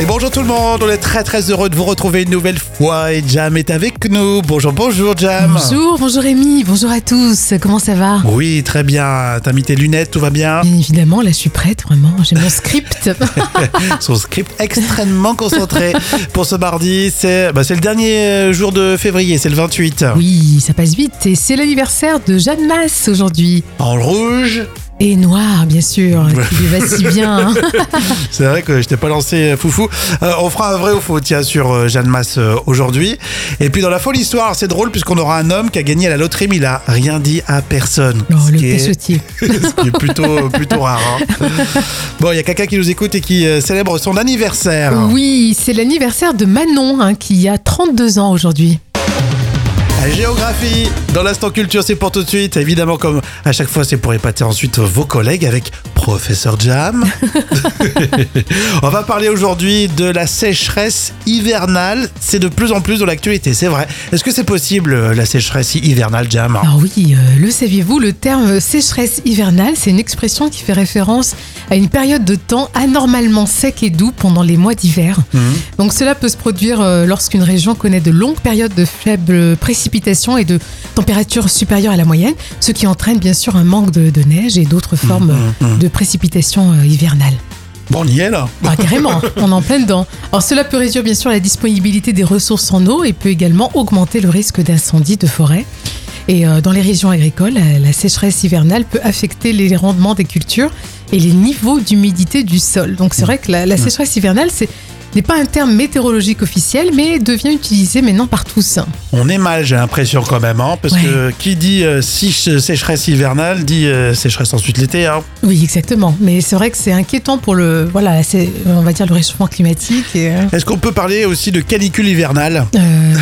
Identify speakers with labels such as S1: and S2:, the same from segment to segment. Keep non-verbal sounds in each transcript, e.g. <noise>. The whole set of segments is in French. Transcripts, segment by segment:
S1: Et bonjour tout le monde, on est très très heureux de vous retrouver une nouvelle fois et Jam est avec nous. Bonjour, bonjour Jam.
S2: Bonjour, bonjour Rémi, bonjour à tous, comment ça va
S1: Oui, très bien. T'as mis tes lunettes, tout va bien.
S2: Bien évidemment, là je suis prête vraiment, j'ai
S1: <laughs>
S2: mon script. Ah.
S1: Son script extrêmement
S2: <laughs>
S1: concentré pour ce mardi. C'est bah, c'est le dernier jour de février, c'est le 28.
S2: oui, ça passe vite et c'est l'anniversaire de Jeanne Masse aujourd'hui.
S1: En rouge,
S2: Et noir, bien sûr, qui lui va si bien.
S1: <laughs>
S2: hein.
S1: c'est vrai que je t'ai pas lancé euh, foufou. Euh, on fera un vrai ou faux, tiens, sur euh, Jeanne Masse euh, aujourd'hui. Et puis dans la folle histoire, c'est drôle puisqu'on aura un homme qui a gagné à la loterie, mais il a rien dit à personne.
S2: Oh,
S1: Ce
S2: le
S1: qui est-
S2: cachotier.
S1: ce qui est plutôt, <laughs> plutôt rare. hein. Bon, il y a quelqu'un qui nous écoute et qui euh, célèbre son anniversaire.
S2: Oui, c'est l'anniversaire de Manon hein, qui a 32 ans aujourd'hui.
S1: La géographie dans l'instant culture, c'est pour tout de suite. Évidemment, comme à chaque fois, c'est pour épater ensuite vos collègues avec Professeur
S2: <laughs>
S1: Jam. On va parler aujourd'hui de la sécheresse hivernale. C'est de plus en plus dans l'actualité, c'est vrai. Est-ce que c'est possible euh, la sécheresse hivernale, Jam
S2: Alors oui, euh, le saviez-vous, le terme euh, sécheresse hivernale, c'est une expression qui fait référence à une période de temps anormalement sec et doux pendant les mois d'hiver.
S1: Mhm.
S2: Donc cela peut se produire euh, lorsqu'une région connaît de longues périodes de faibles précipitations et de températures supérieures à la moyenne, ce qui entraîne bien sûr un manque de, de neige et d'autres formes euh, de précipitations euh, hivernales.
S1: Bon, on y est là.
S2: Ah, carrément, on est en plein dedans. Alors cela peut réduire bien sûr la disponibilité des ressources en eau et peut également augmenter le risque d'incendie de forêt. Et euh, dans les régions agricoles, euh, la sécheresse hivernale peut affecter les rendements des cultures et les niveaux d'humidité du sol. Donc c'est vrai que la, la sécheresse hivernale, c'est n'est pas un terme météorologique officiel, mais devient utilisé maintenant par tous.
S1: On est mal, j'ai l'impression quand même, hein, parce
S2: Ouais.
S1: que qui dit euh, sich- sécheresse hivernale dit euh, sécheresse ensuite l'été. Hein.
S2: Oui, exactement. Mais c'est vrai que c'est inquiétant pour le, voilà, c'est, on va dire le réchauffement climatique. Et, euh,
S1: Est-ce qu'on peut parler aussi de canicule hivernale
S2: euh,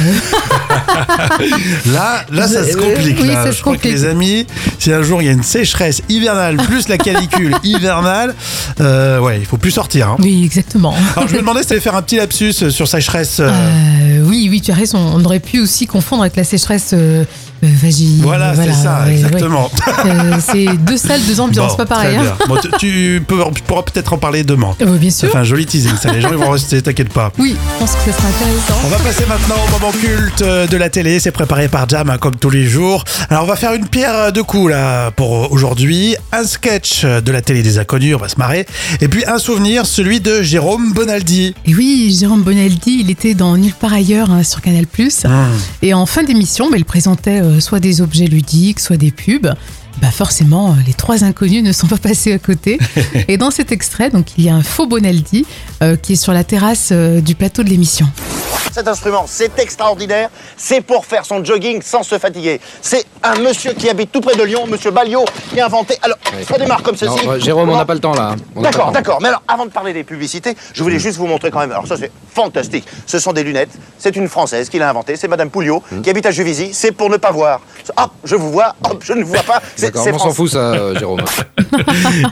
S1: Là, là, ça se
S2: Euh,
S1: complique.
S2: oui,
S1: là.
S2: ça
S1: Je
S2: se
S1: crois que
S2: complique.
S1: les amis, si un jour il y a une sécheresse hivernale plus la
S2: <laughs>
S1: canicule hivernale, euh, ouais, il faut plus sortir. hein.
S2: oui, exactement.
S1: Alors je me demandais si t'allais faire un petit lapsus sur sécheresse. euh,
S2: Euh, oui, oui, tu as raison. On aurait pu aussi confondre avec la sécheresse euh, euh, vagine.
S1: Voilà, c'est ça,
S2: ouais,
S1: exactement.
S2: ouais. Euh, c'est deux salles, deux ambiances,
S1: Bon,
S2: pas
S1: très
S2: pareil. hein.
S1: bien. Bon, tu, tu peux- tu pourras peut-être en parler demain.
S2: Euh, bien
S1: Ça
S2: sûr.
S1: fait un joli teasing, ça. Les gens ils vont rester, t'inquiète pas.
S2: Oui, je pense que ça sera intéressant.
S1: On va passer maintenant au moment culte euh, de la télé. C'est préparé par Jam, hein, comme tous les jours. Alors, on va faire une pierre euh, deux coups, là, pour euh, aujourd'hui. Un sketch euh, de la télé des inconnus, on va se marrer. Et puis, un souvenir, celui de Jérôme Bonaldi.
S2: Et oui, Jérôme Bonaldi, il était dans Nulle part ailleurs hein, sur Canal+.
S1: Ah.
S2: Et en fin d'émission, mais il présentait euh, soit des objets ludiques, soit des pubs. Bah forcément, euh, les trois inconnus ne sont pas passés
S1: <laughs>
S2: à côté. Et dans cet extrait, donc il y a un faux Bonaldi euh, qui est sur la terrasse euh, du plateau de l'émission.
S3: Cet instrument, c'est extraordinaire. C'est pour faire son jogging sans se fatiguer. C'est un monsieur qui habite tout près de Lyon, monsieur Balliot, qui a inventé. Alors, ça démarre comme
S4: Non,
S3: ceci.
S4: euh, Jérôme, on
S3: Non.
S4: n'a pas le temps là. On n'a pas le
S3: D'accord,
S4: temps. Mm.
S3: d'accord. Mais alors, avant de parler des publicités, je voulais juste vous montrer quand même. Alors, ça, c'est fantastique. Ce sont des lunettes. C'est une Française qui l'a inventé. C'est Madame Pouliot,
S4: Mm.
S3: qui habite à Juvisy. C'est pour ne pas voir. Hop, je vous vois. Hop, je ne vous vois pas. C'est
S4: D'accord,
S3: c'est
S4: on s'en
S3: français.
S4: fout ça, euh,
S3: <laughs>
S4: Jérôme.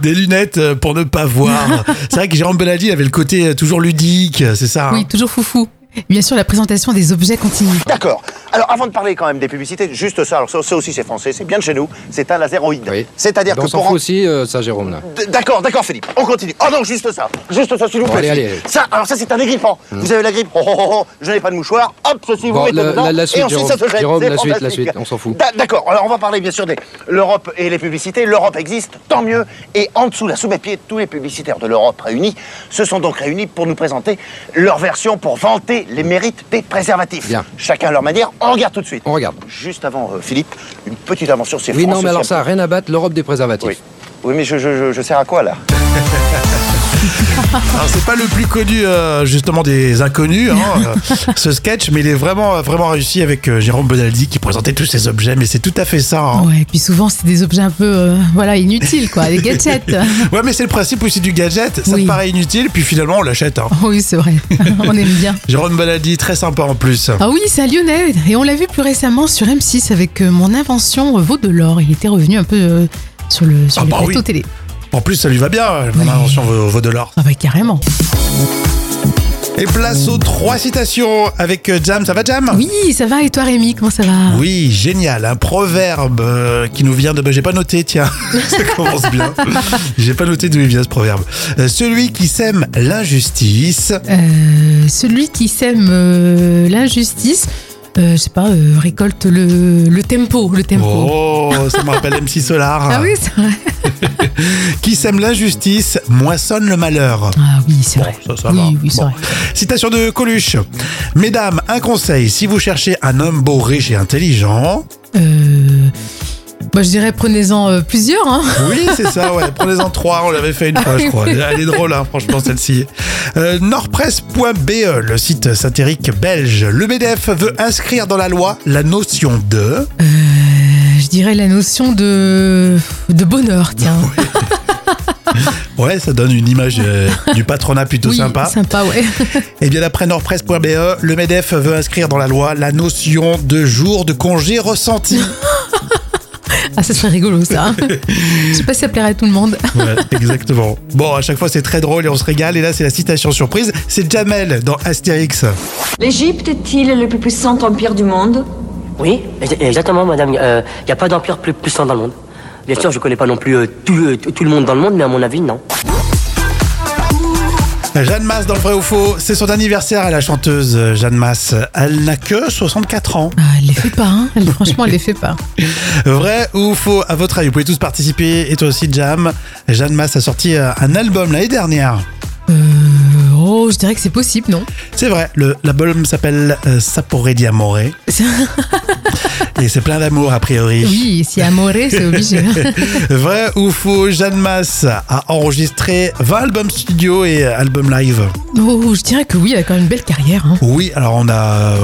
S1: Des lunettes euh, pour ne pas voir. C'est vrai que Jérôme Bonaldi il avait le côté euh, toujours ludique, euh, c'est ça hein
S2: Oui, toujours foufou. Bien sûr, la présentation des objets continue.
S3: D'accord. Alors, avant de parler quand même des publicités, juste ça. Alors, ça, ça aussi, c'est français. C'est bien de chez nous. C'est un laséroïde.
S4: Oui.
S3: C'est-à-dire
S4: On
S3: que
S4: s'en
S3: pour
S4: fout aussi, euh, ça, Jérôme là.
S3: D- D'accord, d'accord, Philippe. On continue. Oh non, juste ça. Juste ça, s'il vous
S4: Bon,
S3: plaît.
S4: allez,
S3: Philippe.
S4: allez, allez.
S3: Ça, alors ça, c'est un égrippant. Vous avez la grippe. Oh, oh, oh, oh. Je n'ai pas de mouchoir. Hop, ceci,
S4: Bon,
S3: vous mettez
S4: la-
S3: dedans.
S4: la- la suite,
S3: et ensuite,
S4: Jérôme.
S3: ça se jette.
S4: Jérôme,
S3: C'est
S4: la suite, la
S3: fantastique.
S4: suite, on s'en fout.
S3: Da- D'accord. Alors, on va parler, bien sûr, de l'Europe et les publicités. L'Europe existe, tant mieux. Et en dessous, la sous mes pieds, tous les publicitaires de l'Europe réunis se sont donc réunis pour nous présenter leur version pour vanter les mérites des préservatifs.
S4: Bien.
S3: Chacun à leur manière. On regarde tout de suite.
S4: On regarde.
S3: Juste avant, euh, Philippe, une petite invention, c'est
S4: Oui, non,
S3: France
S4: mais alors
S3: aussi.
S4: ça, rien à battre, l'Europe des préservatifs.
S3: Oui. Oui, mais je, je, je, je sers à quoi, là
S1: Alors, c'est pas le plus connu, euh, justement, des inconnus, hein, euh, ce sketch, mais il est vraiment, vraiment réussi avec euh, Jérôme Bonaldi qui présentait tous ses objets, mais c'est tout à fait ça. hein.
S2: Ouais, et puis souvent, c'est des objets un peu euh, voilà, inutiles, quoi,
S1: <laughs>
S2: des gadgets. <laughs>
S1: Ouais, mais c'est le principe aussi du gadget. Ça
S2: Oui. Ah.
S1: te paraît inutile, puis finalement, on l'achète. hein.
S2: oui, c'est vrai, <laughs> on aime bien.
S1: Jérôme Baladi, très sympa en plus.
S2: Ah oui, c'est un Lyonnais, et on l'a vu plus récemment sur M6 avec euh, mon invention euh, vaut de l'or. Il était revenu un peu euh, sur le, sur
S1: Ah
S2: le
S1: bah
S2: plateau
S1: oui.
S2: télé. Ah bah
S1: En plus, ça lui va bien, euh, mon
S2: Oui.
S1: invention vaut, vaut de l'or.
S2: Ah bah carrément.
S1: Et place aux trois citations avec euh, Jam. Ça va, Jam
S2: Oui, ça va et toi Rémi, comment ça va
S1: Oui, génial. Un proverbe euh, qui nous vient de. bah, J'ai pas noté, tiens. <laughs> ça commence bien. J'ai pas noté d'où il vient ce proverbe. Euh, celui qui sème l'injustice.
S2: Euh, Celui qui sème euh, l'injustice, euh, je sais pas, euh, récolte le, le tempo, le tempo.
S1: Oh, ça me rappelle MC Solar.
S2: Ah oui, c'est vrai.
S1: Qui sème l'injustice moissonne le malheur.
S2: Ah oui, c'est
S1: Bon,
S2: vrai.
S1: ça, ça
S2: oui,
S1: va.
S2: oui, c'est
S1: Bon.
S2: vrai.
S1: Citation de Coluche. Mesdames, un conseil, si vous cherchez un homme beau, riche et intelligent.
S2: Euh, bah, je dirais prenez-en euh, plusieurs. Hein.
S1: Oui, c'est ça, ouais. Prenez-en trois, on l'avait fait une fois, je crois. Elle est drôle, hein, franchement, celle-ci. Euh, Nordpresse.be, le site satirique belge. Le MEDEF veut inscrire dans la loi la notion de.
S2: Euh, Je dirais la notion de, de bonheur, tiens.
S1: Ouais, ça donne une image euh, du patronat plutôt
S2: Oui,
S1: sympa.
S2: Sympa, ouais.
S1: Et bien d'après nordpresse.be, le MEDEF veut inscrire dans la loi la notion de jour de congé ressenti.
S2: Ah, ça serait
S1: <laughs>
S2: rigolo, ça. je sais pas si ça plairait à tout le monde.
S1: Ouais, <laughs> exactement. Bon, à chaque fois c'est très drôle et on se régale. Et là c'est la citation surprise, c'est Jamel dans Astérix.
S5: L'Égypte est-il le plus puissant empire du monde
S6: Oui, ex- exactement, madame. Il n'y a pas d'empire plus puissant dans le monde. Bien sûr, je connais pas non plus euh, tout, euh, tout tout le monde dans le monde, mais à mon avis, non.
S1: Jeanne Masse dans le vrai ou faux, c'est son anniversaire à la chanteuse euh, Jeanne Masse. Elle n'a que 64 ans.
S2: Ah, elle les fait pas, hein. Elle- franchement, elle les fait pas.
S1: Vrai ou faux à votre avis Vous pouvez tous participer et toi aussi Jam. Jeanne Masse a sorti euh, un album l'année dernière.
S2: Euh, oh, je dirais que c'est possible, non
S1: C'est vrai, le- l'album s'appelle euh, Sapore di Amore et c'est plein d'amour a priori.
S2: Oui, si amore, c'est
S1: <laughs>
S2: obligé.
S1: Vrai ou faux, Jeanne Masse a enregistré 20 albums studio et euh, albums live.
S2: Oh, je dirais que oui, elle a quand même une belle carrière. hein.
S1: Oui, alors on a euh,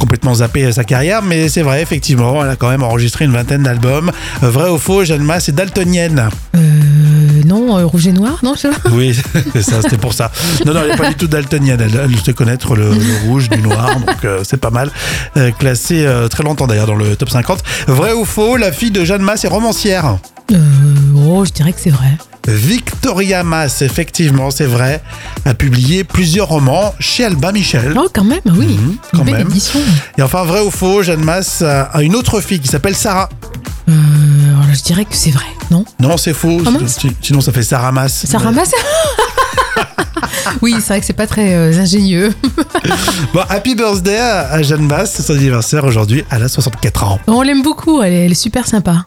S1: complètement zappé sa carrière, mais c'est vrai, effectivement, elle a quand même enregistré une vingtaine d'albums. Vrai ou faux, Jeanne Masse est daltonienne.
S2: Euh, non, euh, rouge et noir, non, je sais pas.
S1: Oui, c'est ça, c'était pour ça. Non, non, elle n'est pas du tout daltonienne. Elle, elle sait connaître le, le rouge du noir, donc euh, c'est pas mal. Euh, classée euh, très longtemps d'ailleurs dans le top 50. Vrai ou faux, la fille de Jeanne Masse est romancière.
S2: Euh, oh, je dirais que c'est vrai.
S1: Victoria Mass, effectivement, c'est vrai, a publié plusieurs romans chez Albin Michel.
S2: Oh, quand même, oui.
S1: Mhm, quand
S2: une belle
S1: même.
S2: édition.
S1: Et enfin, vrai ou faux, Jeanne Masse a une autre fille qui s'appelle Sarah.
S2: Euh, alors, je dirais que c'est vrai, non
S1: Non, c'est faux,
S2: Ah mince.
S1: si- sinon ça fait Sarah Masse.
S2: Ça ramasse <laughs> Oui, c'est vrai que c'est pas très euh, ingénieux.
S1: Bon, happy birthday à à Jeanne Masse, c'est son anniversaire aujourd'hui, elle a 64 ans.
S2: On l'aime beaucoup, elle est, elle est super sympa.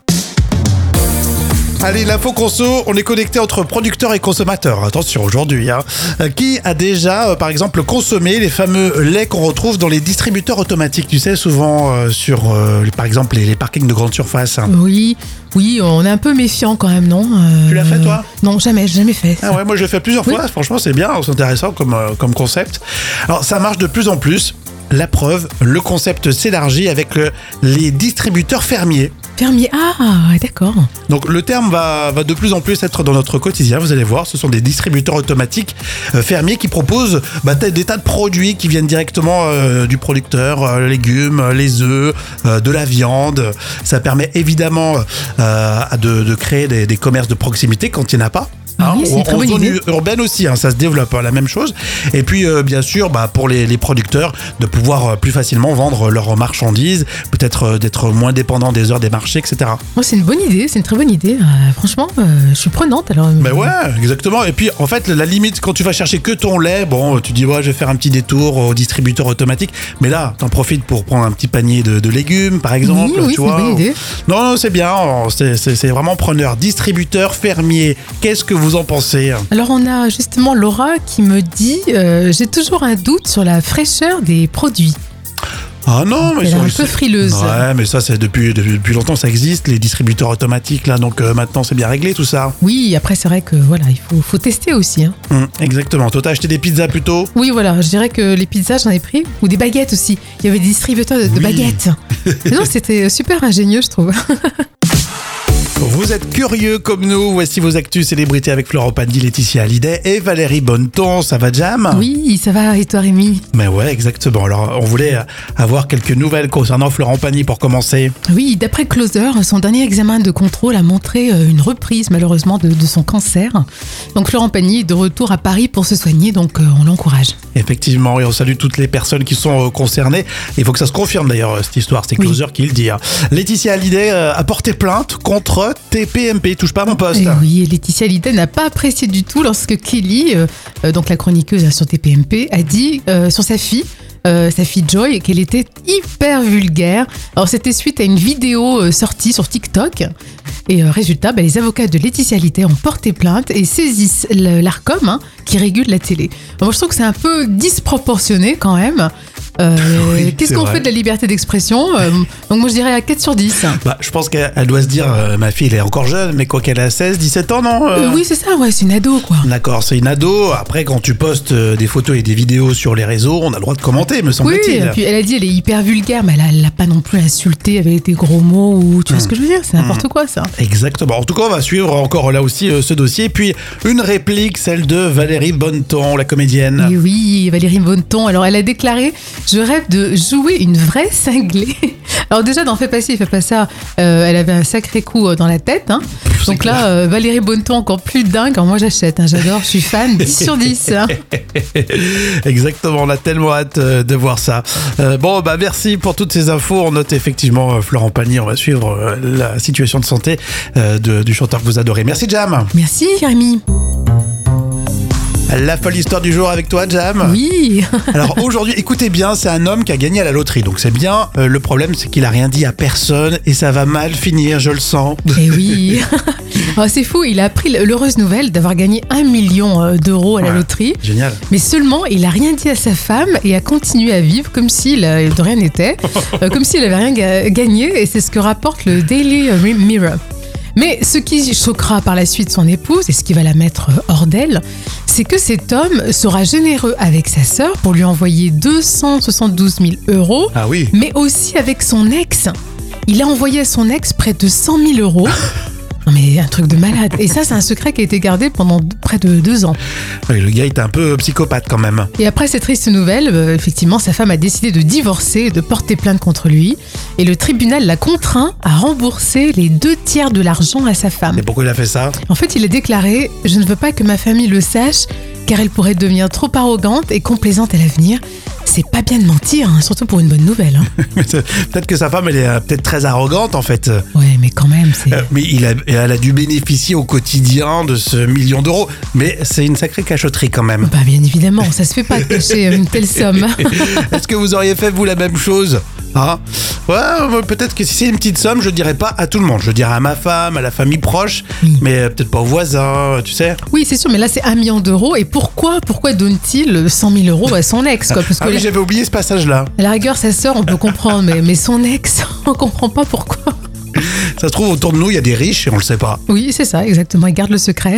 S1: Allez, l'info conso, on est connecté entre producteurs et consommateurs. Attention, aujourd'hui, hein. Euh, Qui a déjà, euh, par exemple, consommé les fameux laits qu'on retrouve dans les distributeurs automatiques Tu sais, souvent euh, sur, euh, par exemple, les, les parkings de grande
S2: <laughs>
S1: surface. hein.
S2: Oui, oui, on est un peu méfiant quand même, non Euh,
S1: Tu l'as fait, toi
S2: Non, jamais, j'ai jamais fait. ça.
S1: Ah ouais, moi je l'ai fait plusieurs
S2: Oui.
S1: fois, franchement c'est bien, c'est intéressant comme, euh, comme concept. Alors ça marche de plus en plus, la preuve, le concept s'élargit avec euh, les distributeurs fermiers.
S2: Fermier, ah, ouais, d'accord.
S1: Donc le terme va, va de plus en plus être dans notre quotidien, vous allez voir, ce sont des distributeurs automatiques euh, fermiers qui proposent bah, t'as des tas de produits qui viennent directement euh, du producteur, euh, les légumes, euh, les œufs, euh, de la viande. Ça permet évidemment euh, de, de créer des, des commerces de proximité quand il n'y en a pas.
S2: Ah
S1: Hein,
S2: oui, c'est
S1: en-
S2: une très
S1: en
S2: bonne
S1: zone
S2: idée.
S1: urbaine aussi, hein, ça se développe, hein, la même chose. Et puis, euh, bien sûr, bah, pour les, les producteurs, de pouvoir euh, plus facilement vendre leurs marchandises, peut-être euh, d'être moins dépendant des heures des marchés, etc.
S2: Moi, Oh, c'est une bonne idée, c'est une très bonne idée. Euh, franchement, euh, je suis prenante alors.
S1: Mais Ben ouais, exactement. Et puis, en fait, la limite, quand tu vas chercher que ton lait, bon, tu dis, ouais, je vais faire un petit détour au distributeur automatique. Mais là, t'en profites pour prendre un petit panier de, de légumes, par exemple.
S2: oui,
S1: tu
S2: c'est une
S1: vois.
S2: bonne idée.
S1: Non, non, c'est bien. on- c'est- C'est c'est vraiment preneur. Distributeur, fermier. Qu'est-ce que vous en pensez
S2: Alors on a justement Laura qui me dit euh, j'ai toujours un doute sur la fraîcheur des produits.
S1: Ah non, mais
S2: Elle est
S1: ça,
S2: un
S1: c'est-
S2: peu frileuse.
S1: Ouais, mais ça, c'est depuis, depuis, depuis longtemps, ça existe, les distributeurs automatiques, là. Donc euh, maintenant, c'est bien réglé, tout ça.
S2: Oui, après c'est vrai que voilà, il faut, faut tester aussi. hein.
S1: Hum, exactement. Toi, t'as acheté des pizzas plutôt
S2: Oui, voilà, je dirais que les pizzas j'en ai pris ou des baguettes aussi. Il y avait des distributeurs de, de
S1: Oui.
S2: euh, baguettes. Mais non, c'était super ingénieux, je trouve.
S1: Vous êtes curieux comme nous, voici vos actus célébrités avec Florent Pagny, Laetitia Hallyday et Valérie Bonneton, ça va Jam
S2: Oui, ça va, et toi Rémi
S1: Mais ouais, exactement. Alors, on voulait euh, avoir quelques nouvelles concernant Florent Pagny pour commencer.
S2: Oui, d'après Closer, son dernier examen de contrôle a montré euh, une reprise malheureusement de, de son cancer. Donc Florent Pagny est de retour à Paris pour se soigner, donc euh, on l'encourage.
S1: Effectivement, et on salue toutes les personnes qui sont euh, concernées. Il faut que ça se confirme d'ailleurs, euh, cette histoire, c'est
S2: Oui.
S1: Closer qui le dit. hein. Laetitia Hallyday euh, a porté plainte contre TPMP, touche pas à mon poste.
S2: Et Eh oui, et Laetitia Hallyday n'a pas apprécié du tout lorsque Kelly, euh, euh, donc la chroniqueuse sur TPMP, a dit euh, sur sa fille, euh, sa fille Joy, qu'elle était hyper vulgaire. Alors c'était suite à une vidéo euh, sortie sur TikTok. Et euh, résultat, bah, les avocats de Laetitia Hallyday ont porté plainte et saisissent le- l'ARCOM hein, qui régule la télé. Alors, moi je trouve que c'est un peu disproportionné quand même. Euh,
S1: <laughs> Oui,
S2: Qu'est-ce
S1: c'est
S2: qu'on
S1: vrai.
S2: fait de la liberté d'expression Euh, Donc moi je dirais à 4 sur 10.
S1: Bah, je pense qu'elle elle doit se dire, euh, ma fille elle est encore jeune, mais quoi qu'elle a 16, 17 ans, non euh
S2: Euh, oui c'est ça, ouais, c'est une ado quoi.
S1: D'accord, c'est une ado. Après, quand tu postes euh, des photos et des vidéos sur les réseaux, on a le droit de commenter, me
S2: Oui,
S1: semble-t-il.
S2: et puis elle a dit elle est hyper vulgaire, mais elle a- elle l'a pas non plus insulté avec des gros mots ou tu vois ce que je veux dire, c'est n'importe quoi ça.
S1: Exactement. En tout cas, on va suivre encore là aussi euh, ce dossier. Puis une réplique, celle de Valérie Bonneton, la comédienne.
S2: Et oui, Valérie Bonneton. Alors, elle a déclaré Je rêve de jouer une vraie cinglée. <laughs> Alors, déjà, dans Fais pas ci, fais pas ça, euh, elle avait un sacré coup euh, dans la tête. hein. Donc là, euh, Valérie Bonneton, encore plus dingue. Alors, moi, j'achète, hein, j'adore, je suis fan, 10 sur 10. hein.
S1: <laughs> Exactement, on a tellement hâte euh, de voir ça. Euh, bon, bah merci pour toutes ces infos. On note effectivement euh, Florent Pagny. On va suivre euh, la situation de santé euh, de- du chanteur que vous adorez. Merci Jam.
S2: Merci, Rémi.
S1: La folle histoire du jour avec toi Jam.
S2: Oui.
S1: Alors aujourd'hui, écoutez bien, c'est un homme qui a gagné à la loterie, donc c'est bien. Euh, le problème, c'est qu'il a rien dit à personne et ça va mal finir, je le sens.
S2: Et Eh oui. <laughs> Oh, c'est fou, il a appris l'heureuse nouvelle d'avoir gagné 1 million euh, d'euros à la
S1: Ouais.
S2: loterie.
S1: Génial.
S2: Mais seulement, il a rien dit à sa femme et a continué à vivre comme s'il euh, de rien n'était, euh, comme s'il avait rien ga- gagné. Et c'est ce que rapporte le Daily Mirror. Mais ce qui choquera par la suite son épouse et ce qui va la mettre euh, hors d'elle, c'est que cet homme sera généreux avec sa sœur pour lui envoyer 272 000 euros,
S1: Ah oui.
S2: mais aussi avec son ex. Il a envoyé à son ex près de 100 000 euros. Non mais un truc de malade. Et ça, c'est un secret qui a été gardé pendant près de deux ans.
S1: Oui, Le gars est un peu psychopathe quand même.
S2: Et après cette triste nouvelle, euh, effectivement, sa femme a décidé de divorcer et de porter plainte contre lui. Et le tribunal l'a contraint à rembourser les deux tiers de l'argent à sa femme.
S1: Et pourquoi il a fait ça <laughs>
S2: En fait, il a déclaré Je ne veux pas que ma famille le sache, car elle pourrait devenir trop arrogante et complaisante à l'avenir. C'est pas bien de mentir, hein, surtout pour une bonne nouvelle.
S1: <laughs>
S2: hein.
S1: Peut-être que sa femme, elle est euh, peut-être très arrogante en fait.
S2: Ouais, mais quand même, c'est.
S1: Euh, Mais il a- elle a dû bénéficier au quotidien de ce million d'euros. Mais c'est une sacrée cachotterie quand même.
S2: Bah, bien évidemment, ça se fait pas de cacher euh,
S1: <laughs>
S2: une telle somme.
S1: Est-ce que vous auriez fait vous la même chose Hein Ouais, euh, peut-être que si c'est une petite somme, je dirais pas à tout le monde. Je dirais à ma femme, à la famille proche, mais euh, peut-être pas aux voisins, tu sais. Ah
S2: Oui, c'est sûr, mais là, c'est un million d'euros. Et pourquoi, pourquoi donne-t-il 100 000 euros à son ex quoi Parce que
S1: Ah oui,
S2: là-
S1: j'avais oublié ce passage-là.
S2: À la rigueur, sa sœur, on peut comprendre, mais, mais son ex, <laughs> on comprend pas pourquoi.
S1: Ça se trouve, autour de nous, il y a des riches et on le sait pas.
S2: Oui, c'est ça, exactement. Il garde le secret.